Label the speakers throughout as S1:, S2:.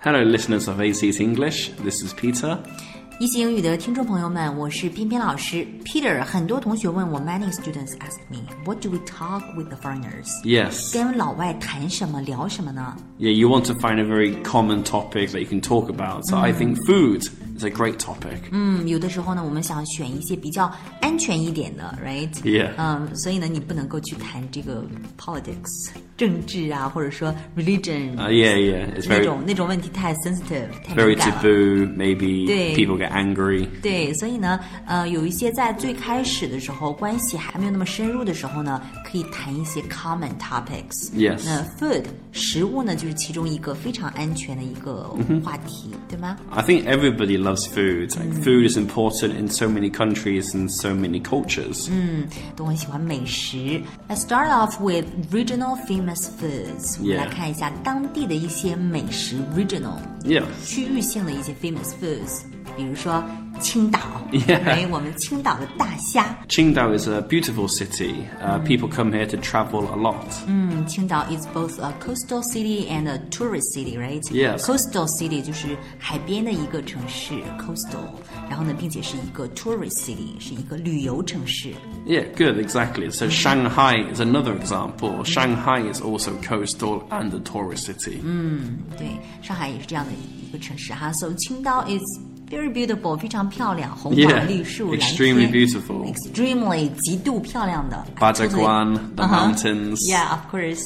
S1: Hello, listeners of AC's English. This is Peter.
S2: 一席英语的听众朋友们，我是偏偏老师 Peter。很多同学问我，Many students ask me, what do we talk with the foreigners？
S1: Yes.
S2: 跟老外谈什么，聊什么呢？
S1: Yeah, you want to find a very common topic that you can talk about. So I think food is a great topic.
S2: 嗯，有的时候呢，我们想选一些比较安全一点的，right？
S1: Yeah
S2: 嗯，所以呢，你不能够去谈这个 politics 政治啊，或者说 religion、
S1: Uh, yeah, yeah. It's
S2: 那
S1: very,
S2: 种那种问题太 sensitive，太
S1: very
S2: 敏感了。
S1: taboo. Maybe
S2: Day.
S1: people get angry.
S2: 对，所以呢，呃，有一些在最开始的时候，关系还没有那么深入的时候呢，可以谈一些 common topics。
S1: Yes
S2: 那 food 食物呢，就是其中一个非常安全的一个
S1: 嗯
S2: 话题，对吗？
S1: I think everybody loves food. Like food is important in so many countries and so many cultures.
S2: 都很喜欢美食。Let's start off with regional famous foods。我们
S1: Yeah
S2: 来看一下当地的一些美食 regional。
S1: Yeah.
S2: 区域性的一些 famous foods，比如说青岛
S1: Yeah
S2: 哎，我们青岛的大虾，
S1: Qingdao is a beautiful city. Uh, People come here to travel a lot.
S2: 嗯，青岛 is both a coastal city and a tourist city, right?
S1: Yes.
S2: Coastal city 就是海边的一个城市，coastal。然后呢，并且是一个 tourist city，是一个旅游城市。
S1: Yeah, good, exactly. So Shanghai is another example. Shanghai is also coastal and a tourist city.
S2: 对，上海也是这样的一个城市哈。So 青岛 is very beautiful，非常漂亮，红
S1: Yeah，
S2: 黄绿树
S1: extremely
S2: 蓝天
S1: beautiful
S2: extremely 极度漂亮的
S1: Badaguan, the
S2: Uh-huh.
S1: mountains.
S2: Yeah, of course。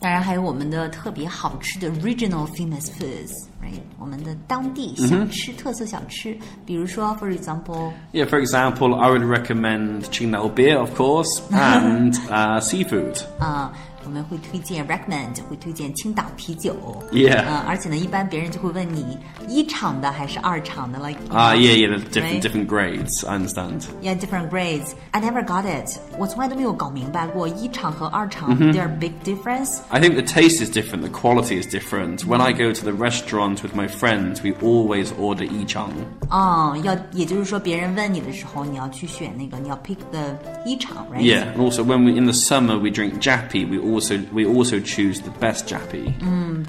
S2: 当然还有我们的特别好吃的 regional famous foods，right？我们的当地
S1: 嗯
S2: 小吃、特色小吃，比如说，for example，
S1: Yeah, for example, I would recommend Qingdao beer, of course, and uh, seafood.
S2: 啊、我们会推荐 recommend，会推荐青岛啤酒。
S1: Yeah
S2: 嗯而且呢，一般别人就会问你一厂的还是二厂的，like 啊
S1: Ah, yeah, yeah, there's different,
S2: Right.
S1: different grades, I understand.
S2: Yeah, different grades. I never got it. 我从来都没有搞明白过一场和二
S1: 嗯
S2: 场 there are big difference.
S1: I think the taste is different, the quality is different. When I go to the restaurant with my friends, we always order yichang.
S2: 哦、要也就是说，别人问你的时候，你要去选那个，你要 pick the 一场，right?
S1: Yeah, and also when we in the summer we drink jappy, we also we also choose the best jappy.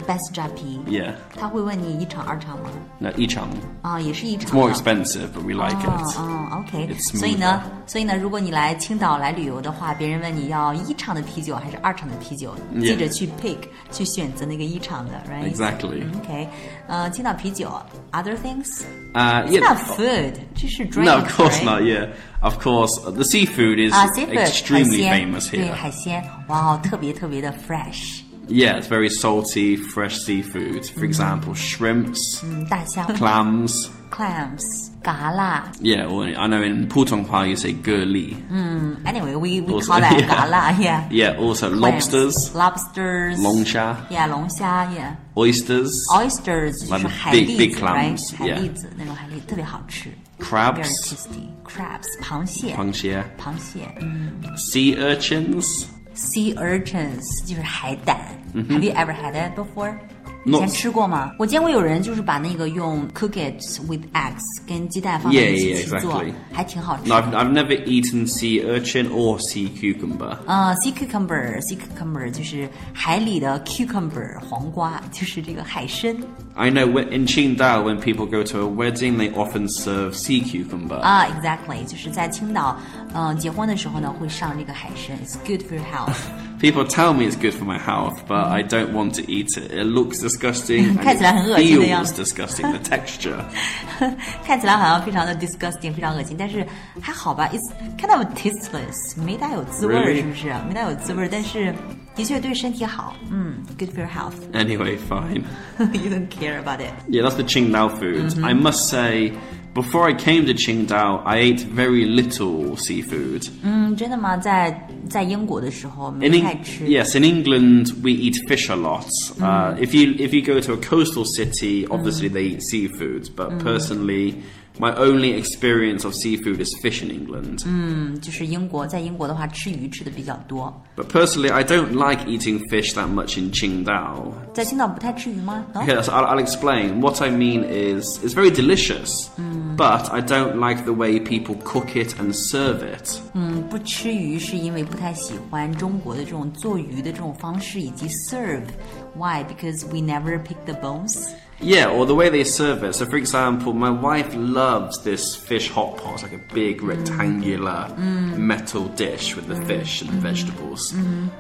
S2: Best Japanese.
S1: Yeah,
S2: 他会问你一场、二场吗？
S1: no ichang.
S2: 啊、也是一场
S1: It's more
S2: 的
S1: expensive, but we like
S2: 哦
S1: it.
S2: 哦，OK，
S1: It's
S2: 所以呢，所以呢，如果你来青岛来旅游的话，别人问你要一厂的啤酒还是二厂的啤酒，记着去 pick 去选择那个一厂的，right？
S1: Exactly.
S2: OK，呃，青岛啤酒，other things。
S1: Uh,
S2: It's not
S1: yeah.
S2: food，这是 drink。
S1: No, of course
S2: right?
S1: not. Yeah, of course. uh, The seafood is
S2: 啊，seafood，
S1: extremely
S2: 海鲜
S1: famous
S2: 对
S1: here.
S2: 海鲜，哇，特别特别的 fresh。
S1: Yeah, it's very salty, fresh seafood.
S2: Mm-hmm.
S1: For example, shrimps,
S2: 嗯，大虾
S1: clams.
S2: clams，嘎啦。
S1: Yeah, or I know in Putonghua you say gurli.
S2: Mm-hmm. Anyway，we we
S1: Also-
S2: call that
S1: yeah
S2: 嘎啦，yeah。
S1: Yeah, also lobsters,
S2: lobsters，
S1: longsha,
S2: yeah，龙虾，yeah，oysters
S1: oysters, Like
S2: 就是海蛎
S1: big- big
S2: 子
S1: clams，
S2: ，right？海
S1: yeah
S2: 蛎子那种海蛎特别好吃，very
S1: crabs,
S2: tasty，crabs，螃蟹，
S1: pangxia,
S2: 螃蟹，嗯
S1: sea urchins.
S2: ，sea urchins 就是海胆，Have you ever had it before？以
S1: 嗯 No
S2: 前吃过吗？我见过有人就是把那个用 cook it with eggs 跟鸡蛋放在
S1: Yeah,
S2: 一
S1: yeah,
S2: 起去做
S1: exactly.，
S2: 还挺好吃
S1: No,
S2: 的。
S1: I've, I've never eaten sea urchin or sea cucumber.
S2: 啊、s e a cucumber，sea cucumber 就是海里的 cucumber 黄瓜，就是这个海参
S1: I know when- in Qingdao, when people go to a wedding, they often serve sea cucumber.
S2: 啊、e x a c t l y 就是在青岛，嗯、结婚的时候呢会上这个海参，it's good for your health，
S1: people tell me it's good for my health, but I don't want to eat it. It looks disgusting. and
S2: 看起来很恶心的
S1: it feels
S2: 样子。
S1: disgusting. The texture.
S2: 看起来好像非常的 disgusting，非常恶心，但是还好吧，it's kind of tasteless，没大有滋味儿
S1: Really？
S2: 是不是？没大有滋味儿，但是的确对身体好，嗯，good for your health，you
S1: Anyway, fine.
S2: don't care about it。
S1: Yeah, that's the Qingdao food. I must say, before I came to Qingdao, I ate very little seafood.
S2: 嗯，真的吗？在在英国的时候
S1: In
S2: 没
S1: Eng-
S2: 太吃。
S1: yes, in England we eat fish a lot. Uh, if you if you go to a coastal city, obviously they eat seafood. But personally, my only experience of seafood is fish in England.
S2: 就是英国，在英国的话吃鱼吃的比较多。
S1: But personally, I don't like eating fish that much in Qingdao.
S2: 在青岛不太吃鱼吗？No?
S1: Okay, so I'll, I'll explain. What I mean is it's very delicious, but I don't like the way people cook it and serve it.
S2: 嗯，不吃鱼是因为不太喜欢中国的这种做鱼的这种方式以及 serve。Why? Because we never pick the bones.
S1: Yeah, or the way they serve it. So, for example, my wife loves this fish hot pot, it's like a big rectangular metal dish with the fish and the vegetables.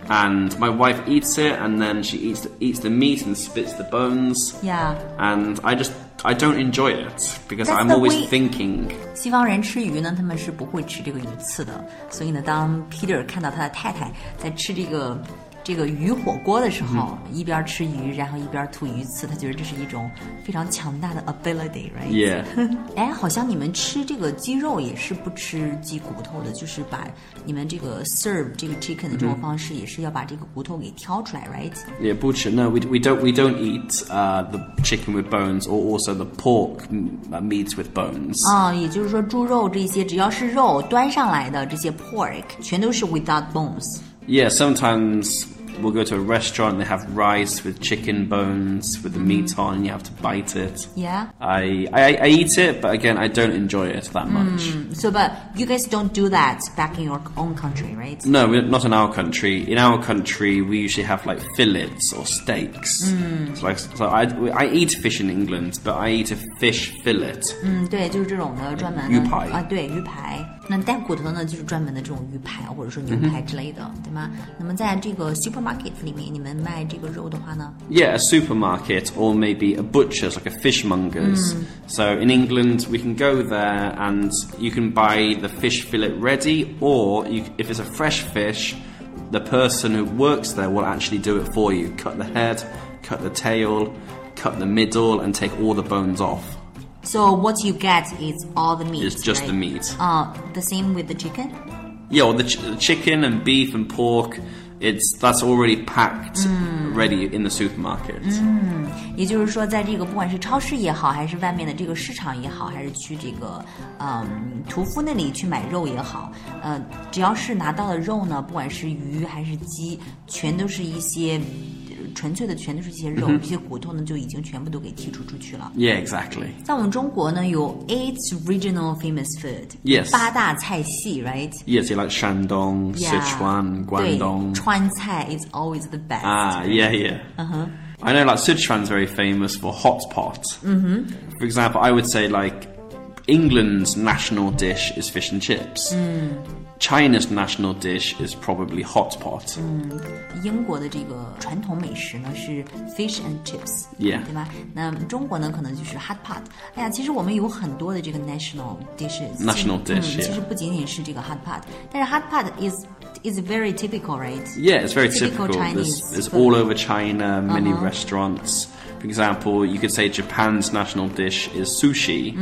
S1: And my wife eats it, and then she eats the, eats the meat and spits the bones.
S2: Yeah.
S1: And I just I don't enjoy it because
S2: That's
S1: I'm
S2: the
S1: always
S2: way-
S1: thinking.
S2: 西方人吃鱼呢，他们是不会吃这个鱼刺的。所以呢，当 Peter 看到他的太太在吃这个这个鱼火锅的时候，一边吃鱼，然后一边吐鱼刺，他觉得这是一种非常强大的 ability，right？
S1: Yeah.
S2: 哎，好像你们吃这个鸡肉也是不吃鸡骨头的，就是把你们这个 serve 这个 chicken 的这种方式，也是要把这个骨头给挑出来，right？
S1: Yeah, butcher. No, we, we don't we don't eat uh, the chicken with bones, or also the pork mm, uh, meats with bones.
S2: 啊、也就是说猪肉这些只要是肉端上来的这些 pork 全都是 without bones。
S1: Yeah, sometimes we'll go to a restaurant. They have rice with chicken bones with the meat on. and You have to bite it.
S2: Yeah.
S1: I, I I eat it, but again, I don't enjoy it that much.
S2: So, but you guys don't do that back in your own country, right?
S1: No, we're not in our country. In our country, we usually have like fillets or steaks. So, like, so I, I eat fish in England, but I eat a fish fillet.
S2: 嗯，对，就是这种的专门的
S1: 鱼排
S2: 啊，对，鱼排。那带骨头呢，就是专门的这种鱼排或者说牛排之类的，对吗？那么在这个 supermarket 里面，你们卖这个肉的话呢，
S1: Yeah, a supermarket or maybe a butcher's, like a fishmonger's. So in England, we can go there and you can buy the fish fillet ready, or you, if it's a fresh fish, the person who works there will actually do it for you cut the head, cut the tail, cut the middle, and take all the bones off.
S2: So what you get is all the meat.
S1: It's just
S2: right?
S1: the meat.
S2: Uh, the same with the chicken.
S1: Yeah, well, the, ch- the chicken and beef and pork. It's that's already packed, ready in the supermarket.
S2: 也就是说，在这个不管是超市也好，还是外面的这个市场也好，还是去这个嗯屠夫那里去买肉也好，呃，只要是拿到的肉呢，不管是鱼还是鸡，全都是一些呃纯粹的，全都是这些肉，这些骨头呢就已经全部都给剔除出去了。
S1: Yeah, exactly.
S2: 在我们中国呢，有 eight regional famous food，、
S1: Yes
S2: 八大菜系，right？
S1: Yeah, so like Shandong,
S2: Yeah.
S1: Sichuan,
S2: 对
S1: Guangdong.，
S2: 川菜 is always the best。
S1: Ah, yeah, yeah. I know, like Sichuan's very famous for hot pot. Mm-hmm. For example, I would say like England's national dish is fish and chips. China's national dish is probably hot pot.
S2: 英国的这个传统美食呢是 fish and chips，、
S1: Yeah
S2: 对吧？那中国呢可能就是 hot pot。哎呀，其实我们有很多的这个 national dishes。
S1: National
S2: 其实
S1: dish，
S2: 嗯
S1: yeah
S2: 其实不仅仅是这个 hot pot，但是 hot pot is is very typical，right？
S1: Yeah, it's very
S2: Typical
S1: typical.
S2: Chinese
S1: There's, there's
S2: food.
S1: all over China, many restaurants. For example, you could say Japan's national dish is sushi,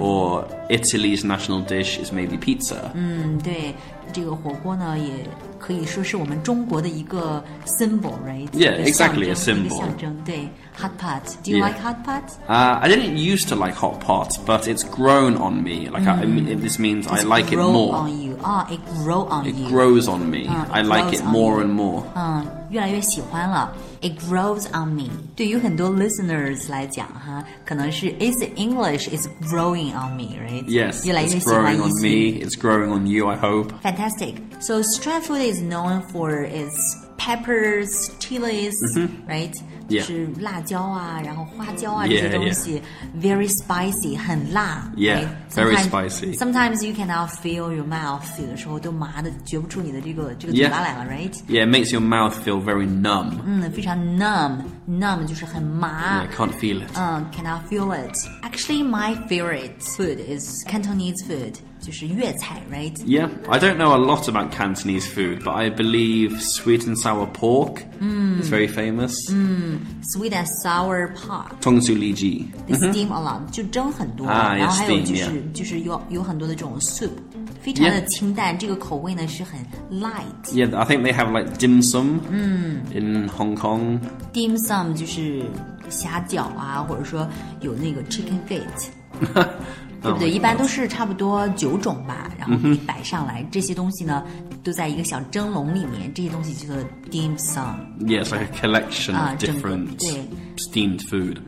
S1: or Italy's national dish is maybe pizza.
S2: 嗯，对，这个火锅呢也可以说是我们中国的一个 symbol，right？
S1: Yeah，
S2: 一个象
S1: exactly，a
S2: 征一个
S1: symbol
S2: 象征。对，hot pot。Do you
S1: Yeah
S2: like hot pot？
S1: Uh, I didn't used to like hot pot, but it's grown on me. Like I, I mean, this means I like it
S2: grow
S1: more.
S2: Mm. on you 啊、i t grow on
S1: It
S2: you。
S1: grows on me.
S2: Uh,
S1: I like
S2: grows
S1: it
S2: on
S1: more
S2: you.
S1: and more.
S2: 嗯，越来越喜欢了。It grows on me。对于很多 listeners 来讲，哈，可能是 Is English is growing on me，right？
S1: Yes,
S2: 越来越
S1: it's
S2: 喜欢
S1: growing
S2: 一
S1: on
S2: 些。
S1: me. It's growing on you. I hope.
S2: Fantastic. So Street food is known for its peppers, chilies, right?
S1: Mm-hmm. Yeah.
S2: 就是辣椒啊，然后花椒啊
S1: Yeah,
S2: 这些东西，very spicy，很辣。
S1: Yeah,
S2: right?
S1: very
S2: Sometimes-
S1: spicy.
S2: Sometimes you cannot feel your mouth，有的时候都麻的觉不出你的这个这个嘴
S1: Yeah
S2: 巴来了，right？
S1: Yeah, it makes your mouth feel very numb.
S2: 嗯，非常 numb numb 就是很麻
S1: Yeah, I can't feel it.
S2: 嗯，cannot feel it. Actually, my favorite food is Cantonese food，就是粤菜，right？
S1: Yeah, I don't know a lot about Cantonese food, but I believe sweet and sour pork
S2: Mm.
S1: is very famous.
S2: Sweet and sour pork,
S1: Tong su li ji.
S2: they steam a lot，就蒸很多，
S1: Mm-hmm 啊
S2: 然后
S1: ，yeah，
S2: 还有
S1: steam，
S2: 就是
S1: yeah
S2: 就是有有很多的这种 soup，非常的
S1: Yeah
S2: 清淡，这个口味呢是很 light。
S1: Yeah, I think they have like dim sum
S2: Mm.
S1: in Hong Kong.
S2: Dim sum 就是虾饺啊，或者说有那个 chicken feet。对
S1: Oh 嗯
S2: 不对？一般都是差不多九种吧，然后给摆上来，这些东西呢都在一个小蒸笼里面，这些东西叫做 dim sum。
S1: Yeah, it's like a collection
S2: Ah,
S1: of
S2: jung-
S1: different
S2: yeah. Mm.
S1: steamed food.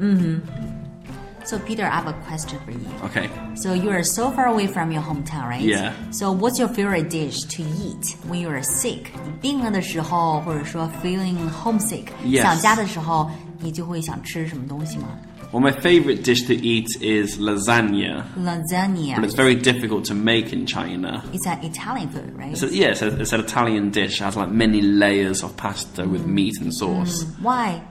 S2: So Peter, I have a question for you.
S1: Okay.
S2: So you are so far away from your hometown, right?
S1: Yeah.
S2: So what's your favorite dish to eat when you are sick? 你病了的时候，或者说 feeling homesick，
S1: Yes
S2: 想家的时候，你就会想吃什么东西吗？
S1: Well, my favourite dish to eat is lasagna, but
S2: Lasagna.
S1: it's very difficult to make in China.
S2: It's an Italian food, right?
S1: So yeah, it's, a, it's an Italian dish. It has like many layers of pasta with meat and sauce.
S2: Mm. Why?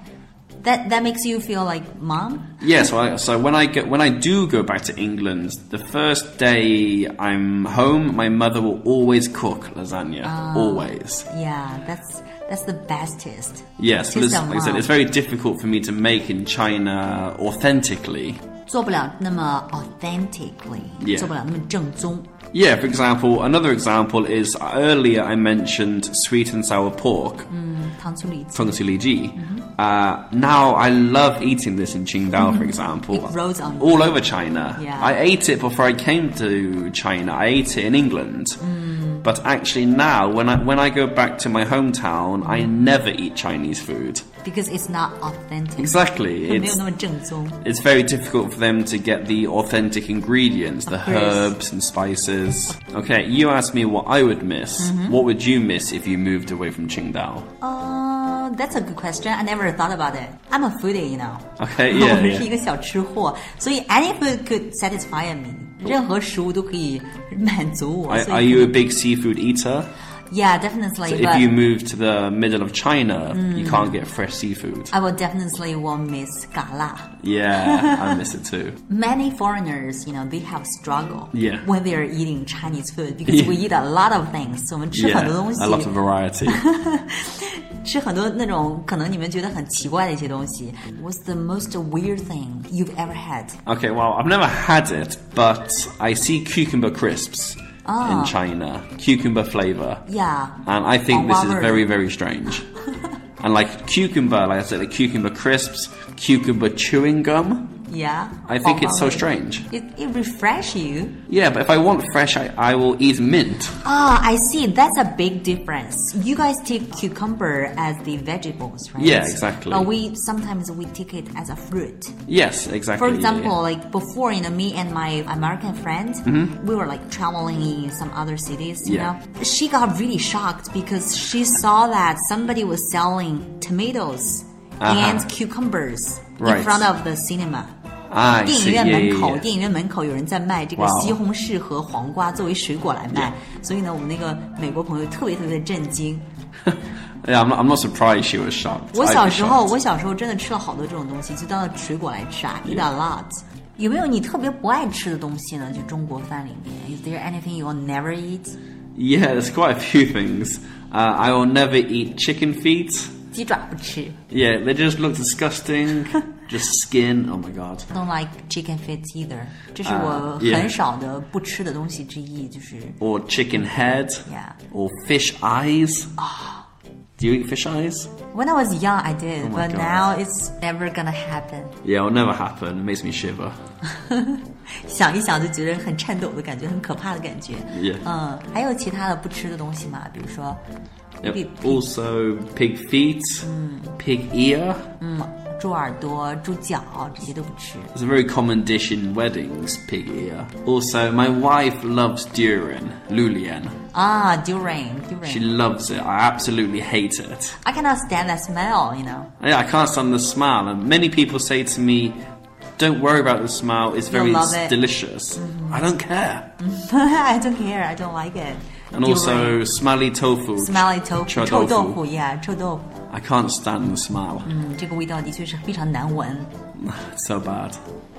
S2: That that makes you feel like mom?
S1: Yeah, so, I, so when I go, when I do go back to England, the first day I'm home, my mother will always cook lasagna.
S2: Ah.
S1: Always.
S2: Yeah, that's that's the bestest.
S1: Yes, but
S2: She's
S1: it's,
S2: a
S1: like I said,
S2: mom.
S1: it's very difficult for me to make in China authentically.
S2: 做不了那么 authentically，、
S1: Yeah.
S2: 做不了那么正宗。
S1: Yeah, for example, another example is uh, earlier I mentioned sweet and sour pork.
S2: 嗯，糖醋里脊
S1: Tong Sili Ji.
S2: Mm-hmm.
S1: Uh, now I love eating this in Qingdao, for example.
S2: It grows on-
S1: all over China.
S2: Yeah.
S1: I ate it before I came to China. I ate it in England.
S2: Mm.
S1: But actually, now when I when I go back to my hometown, I
S2: Mm-hmm.
S1: never eat Chinese food.
S2: ，because it's not authentic，
S1: Exactly,
S2: 没有
S1: it's
S2: 那么正宗。
S1: it's very difficult for them to get the authentic ingredients, the
S2: course.
S1: herbs and spices. Okay, you asked me what I would miss.
S2: Mm-hmm.
S1: What would you miss if you moved away from Qingdao?
S2: Uh, that's a good question. I never thought about it. I'm a foodie, you know.
S1: Okay, yeah,
S2: 我是
S1: yeah.
S2: 一个小吃货，所以 any food could satisfy me. 任何食物都可以满足我。
S1: Are,
S2: 所
S1: are
S2: 以
S1: you a big seafood eater?
S2: yeah, definitely.
S1: So
S2: but Mm.
S1: if you move to the middle of China, you can't get fresh seafood.
S2: I will definitely will miss gala.
S1: Yeah, I miss it too.
S2: Many foreigners, you know, they have struggle
S1: Yeah.
S2: when they are eating Chinese food because
S1: Yeah.
S2: we eat a lot of things. 我们吃
S1: Yeah,
S2: 很多东西
S1: a lot of variety.
S2: 吃很多那种可能你们觉得很奇怪的一些东西。What's the most weird thing you've ever had?
S1: Okay, well, I've never had it, but I see cucumber crisps
S2: Ah.
S1: in China, cucumber flavor,
S2: Yeah.
S1: and I think this is
S2: Guava.
S1: very, very strange. and like cucumber, like I said, like cucumber crisps, cucumber chewing gum.
S2: Yeah.
S1: I think it's so
S2: guava.
S1: strange.
S2: It it refresh you.
S1: Yeah, but if I want fresh, I, I will eat mint.
S2: Ah, I see. That's a big difference. You guys take cucumber as the vegetables, right?
S1: Yeah, exactly.
S2: But we sometimes we take it as a fruit.
S1: Yes, exactly.
S2: For
S1: yeah, yeah. Mm-hmm.
S2: example, like before, you know, me and my American friend, we were like traveling in some other cities, you
S1: Yeah.
S2: know. She got really shocked because she saw that somebody was selling tomatoes
S1: Uh-huh.
S2: and cucumbers in
S1: Right.
S2: front of the cinema.
S1: Ah, I
S2: 电
S1: see.
S2: 影
S1: Yeah,
S2: 院
S1: yeah,
S2: 门口，
S1: yeah.
S2: 电影院门口有人在卖这个
S1: 哇哦
S2: 西红柿和黄瓜作为水果来卖所以呢，我们那个美国朋友特别特别的震惊。
S1: Yeah, I'm not, I'm not surprised she was shocked.
S2: 我
S1: I'd be
S2: 小时候，
S1: shocked.
S2: 我小时候真的吃了好多这种东西，就当水果来吃啊，eat a lot。有没有你特别不爱吃的东西呢？就中国饭里面，Is there anything you will never eat？
S1: Yeah, there's quite a few things. Uh, I will never eat chicken feet.
S2: 鸡爪不吃
S1: Yeah, they just look disgusting. just skin. Oh my god.
S2: ，Don't like chicken feet either。这是我
S1: yeah
S2: 很少的不吃的东西之一，就是。
S1: Or chicken head.
S2: Yeah. Ah.
S1: Or fish eyes. Do you eat fish eyes?
S2: When I was young, I did,
S1: Oh my
S2: but
S1: God.
S2: now it's never gonna happen.
S1: Yeah, it'll never happen. It makes me shiver.
S2: 想一想就觉得很颤抖的感觉，很可怕的感觉。
S1: Yeah.
S2: 嗯，还有其他的不吃的东西吗？比如说，比
S1: Yep. Also, pig feet,
S2: Hmm.
S1: pig ear.
S2: 嗯，猪耳朵、猪脚这些都不吃。
S1: It's a very common dish in weddings, pig ear. Also, my wife loves durian, lulian.
S2: 啊，durian Ah,
S1: She
S2: durian。
S1: loves it. I absolutely hate it.
S2: I cannot stand that smell, you know.
S1: Yeah, I can't stand the smell. And many people say to me, "Don't worry about the smell. It's very
S2: love it." Mm-hmm.
S1: delicious." I don't care.
S2: I don't care, I don't like it.
S1: And also smelly tofu.
S2: smelly tofu，
S1: 臭
S2: 臭
S1: 豆
S2: 豆
S1: 腐
S2: 腐，yeah，臭豆腐。
S1: I can't stand the smell.
S2: 嗯，这个味道的确是非常难闻。Mm.
S1: It's so bad.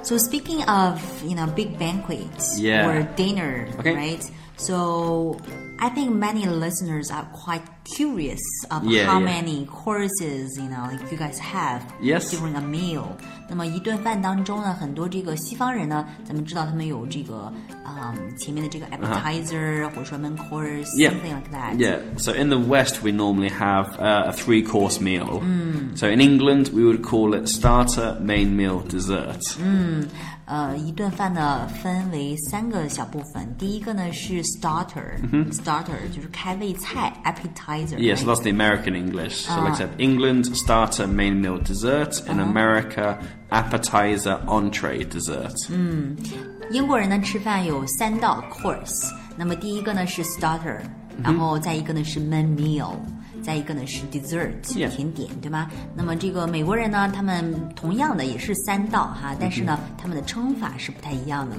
S2: So speaking of, you know, big banquets
S1: Yeah.
S2: or dinner,
S1: Okay.
S2: right? So I think many listeners are quite curious of
S1: Yeah,
S2: how
S1: yeah.
S2: many courses, you know, like you guys have
S1: Yes.
S2: during a meal. 那么一顿饭当中呢，很多这个西方人呢，咱们知道他们有这个，嗯，前面的这个 appetizer、或者说 main course、
S1: Yeah.
S2: something like that。
S1: Yeah. So in the West, we normally have uh, a three-course meal.
S2: Mm.
S1: So in England, we would call it starter, main meal, dessert.
S2: Mm. 呃，一顿饭呢分为三个小部分，第一个呢是
S1: Mm-hmm.
S2: starter，starter、就是开胃菜 appetizer。
S1: Yeah, so that's the American English. So,
S2: Ah.
S1: like I said, England, starter, main meal, dessert. In
S2: Uh-huh.
S1: America, appetizer, entree, dessert.
S2: Mm. 英国人呢吃饭有三
S1: 嗯
S2: 道 course，那么第一个呢是 starter，然后再一个呢是 main meal，再一个呢是 dessert
S1: Yeah
S2: 甜点，对吗？那么这个美国人呢，他们同样的也是三道
S1: 嗯
S2: 哈，但是呢，他们的称法是不太一样的。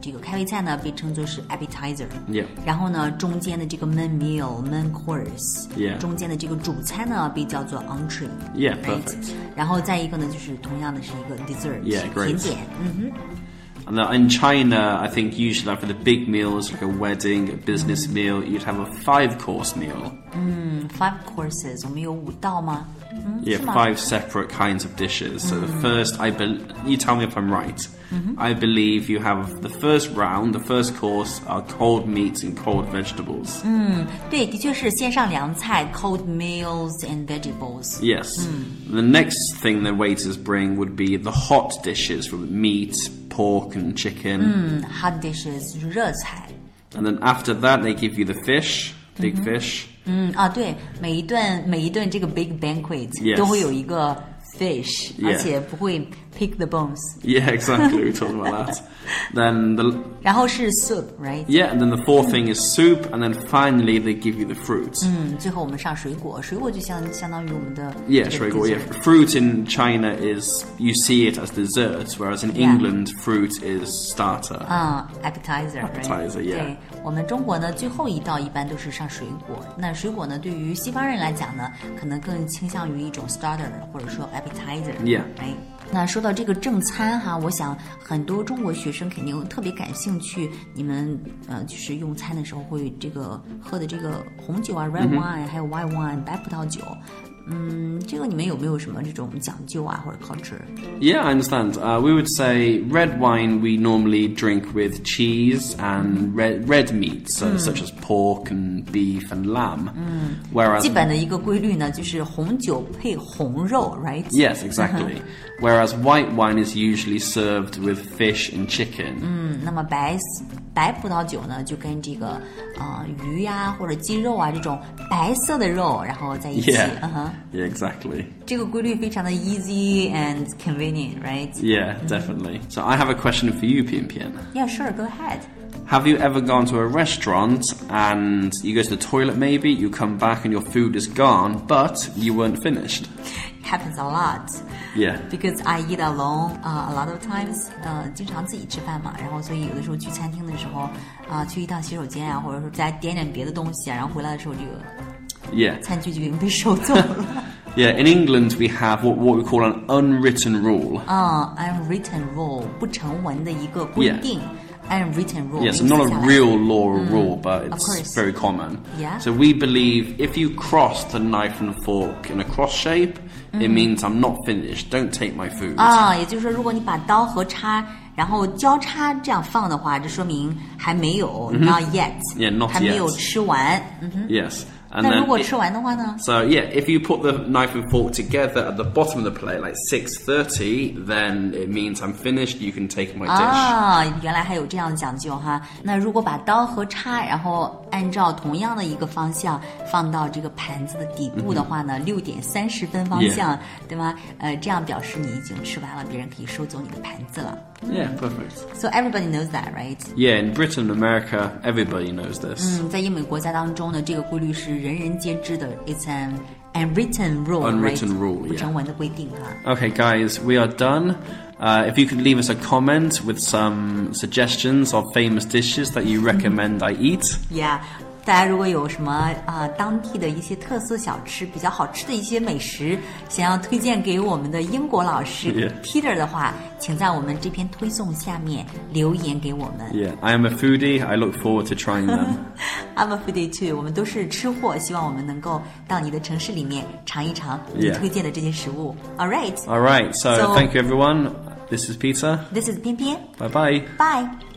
S2: 这个开胃菜呢被称作是 appetizer，
S1: Yeah
S2: 然后呢，中间的这个 main meal main course，、
S1: Yeah
S2: 中间的这个主餐呢被叫做 entree。
S1: Yeah,
S2: right?
S1: perfect.
S2: 然后再一个呢，就是同样的是一个 dessert，、
S1: Yeah, great.
S2: 甜点。嗯，
S1: And that in China, I think usually like, for the big meals, like a wedding, a
S2: Mm.
S1: business meal, you'd have a five course meal.
S2: 嗯，five courses，我们有五道吗？嗯，
S1: Yeah,
S2: 是吗
S1: five separate kinds of dishes. So the first, I bel you tell me if I'm right. I believe you have the first round, the first course are cold meats and cold vegetables.
S2: 对，的确是先上凉菜 cold meals and vegetables。
S1: Yes. The next thing the waiters bring would be the hot dishes from meat, pork, and chicken.
S2: 嗯，hot dishes 就是热菜。
S1: And then after that, they give you the fish, big fish.
S2: 嗯啊，对，每一顿每一顿这个 big banquet
S1: Yes
S2: 都会有一个 fish，
S1: Yeah
S2: 而且不会 pick the bones。
S1: Yeah, exactly. we talked about that. Then the
S2: 然后是 soup，right？
S1: yeah, and then the fourth thing is soup, and then finally they give you the fruit.
S2: 嗯，最后我们上水果，水果就相相当于我们的
S1: Yeah,
S2: 这个
S1: Shrego,
S2: dessert
S1: yeah. Fruit in China is, you see it as dessert, whereas in
S2: Yeah. Uh.
S1: England, fruit is starter.
S2: 嗯，appetizer，right？
S1: Appetizer, yeah
S2: 对我们中国呢，最后一道一般都是上水果。那水果呢，对于西方人来讲呢，可能更倾向于一种 starter 或者说 appetizer。
S1: Yeah
S2: 哎，那说到这个正餐哈，我想很多中国学生肯定特别感兴趣。你们呃，就是用餐的时候会这个喝的这个红酒
S1: 嗯
S2: 啊，red wine，、还有 white wine 白葡萄酒。嗯，这个你们有没有什么这种讲究啊，或者 culture？
S1: Yeah, I understand. Uh, we would say red wine we normally drink with cheese and red, red meats,
S2: Hmm.
S1: so, such as pork and beef and lamb. Whereas
S2: 基本的一个规律呢，就是红酒配红肉，right？
S1: Yes, exactly.
S2: Uh-huh.
S1: Whereas white wine is usually served with fish and chicken.
S2: 嗯，那么白白葡萄酒呢，就跟这个呃鱼呀、或者鸡肉啊这种白色的肉，然后在一起
S1: Yeah.
S2: 嗯哼，
S1: Yeah, exactly.
S2: 这个规律非常的 easy and convenient，right？Yeah,
S1: Yeah, definitely. So I have a question for you, Pian Pian.
S2: sure, go ahead.
S1: Have you ever gone to a restaurant and you go to the toilet maybe, you come back and your food is gone, but you weren't finished?
S2: Happens a lot.
S1: Yeah.
S2: Because I eat alone 啊、a lot of times，呃，经常自己吃饭嘛，然后所以有的时候去餐厅的时候，啊、去一趟洗手间啊，或者说再点点别的东西啊，然后回来的时候，这个
S1: Yeah.
S2: 餐具就已经被收走了。
S1: Yeah, in England we have what, what we call an unwritten rule.
S2: 啊、u n w r i t t e n rule 不成文的一个规
S1: Yeah.
S2: 定。unwritten rule，
S1: Yeah, so
S2: 名字
S1: not
S2: 下
S1: a
S2: 来
S1: real law or rule, but
S2: Mm. course.
S1: it's very common.
S2: Yeah.
S1: So we believe if you cross the knife and fork in a cross shape,
S2: Mm-hmm.
S1: it means I'm not finished. Don't take my food.
S2: 啊也就是说，如果你把刀和叉，然后交叉这样放的话，这说明还没有、not yet，、
S1: Yeah, not
S2: 还没有
S1: 嗯 yet.
S2: 吃完。嗯哼，
S1: Yes. And
S2: 那如
S1: then
S2: 果
S1: it-
S2: 吃完的话呢？
S1: so yeah, if you put the knife and fork together at the bottom of the plate, like six thirty, then it means I'm finished. You can take my dish.
S2: 啊，原来还有这样的讲究哈。那如果把刀和叉，然后按照同样的一个方向放到这个盘子的底部的话呢，六点三十分方
S1: 嗯 Yeah
S2: 向对吗？呃，这样表示你已经吃完了，别人可以收走你的盘子了。
S1: Yeah, perfect.
S2: So everybody knows that, right?
S1: Yeah, in Britain, America, everybody knows this.
S2: 嗯，在英美国家当中呢，这个规律是人人皆知的。It's an unwritten rule,
S1: Unwritten
S2: right?
S1: rule, yeah.
S2: 不成文的规定啊哈。
S1: Okay, guys, we are done. Uh, if you could leave us a comment with some suggestions of famous dishes that you recommend I eat.
S2: Yeah，大家如果有什么啊、呃当地的一些特色小吃、比较好吃的一些美食，想要推荐给我们的英国老师
S1: Yeah.
S2: Peter 的话，请在我们这篇推送下面留言给我们。
S1: Yeah, I am a foodie. I look forward to trying them.
S2: I'm a foodie too，我们都是吃货，希望我们能够到你的城市里面尝一尝你
S1: Yeah.
S2: 推荐的这些食物。All right，
S1: All right, so,
S2: So-
S1: thank you, everyone. This is Peter.
S2: this is 偏偏
S1: Bye bye.
S2: ，bye。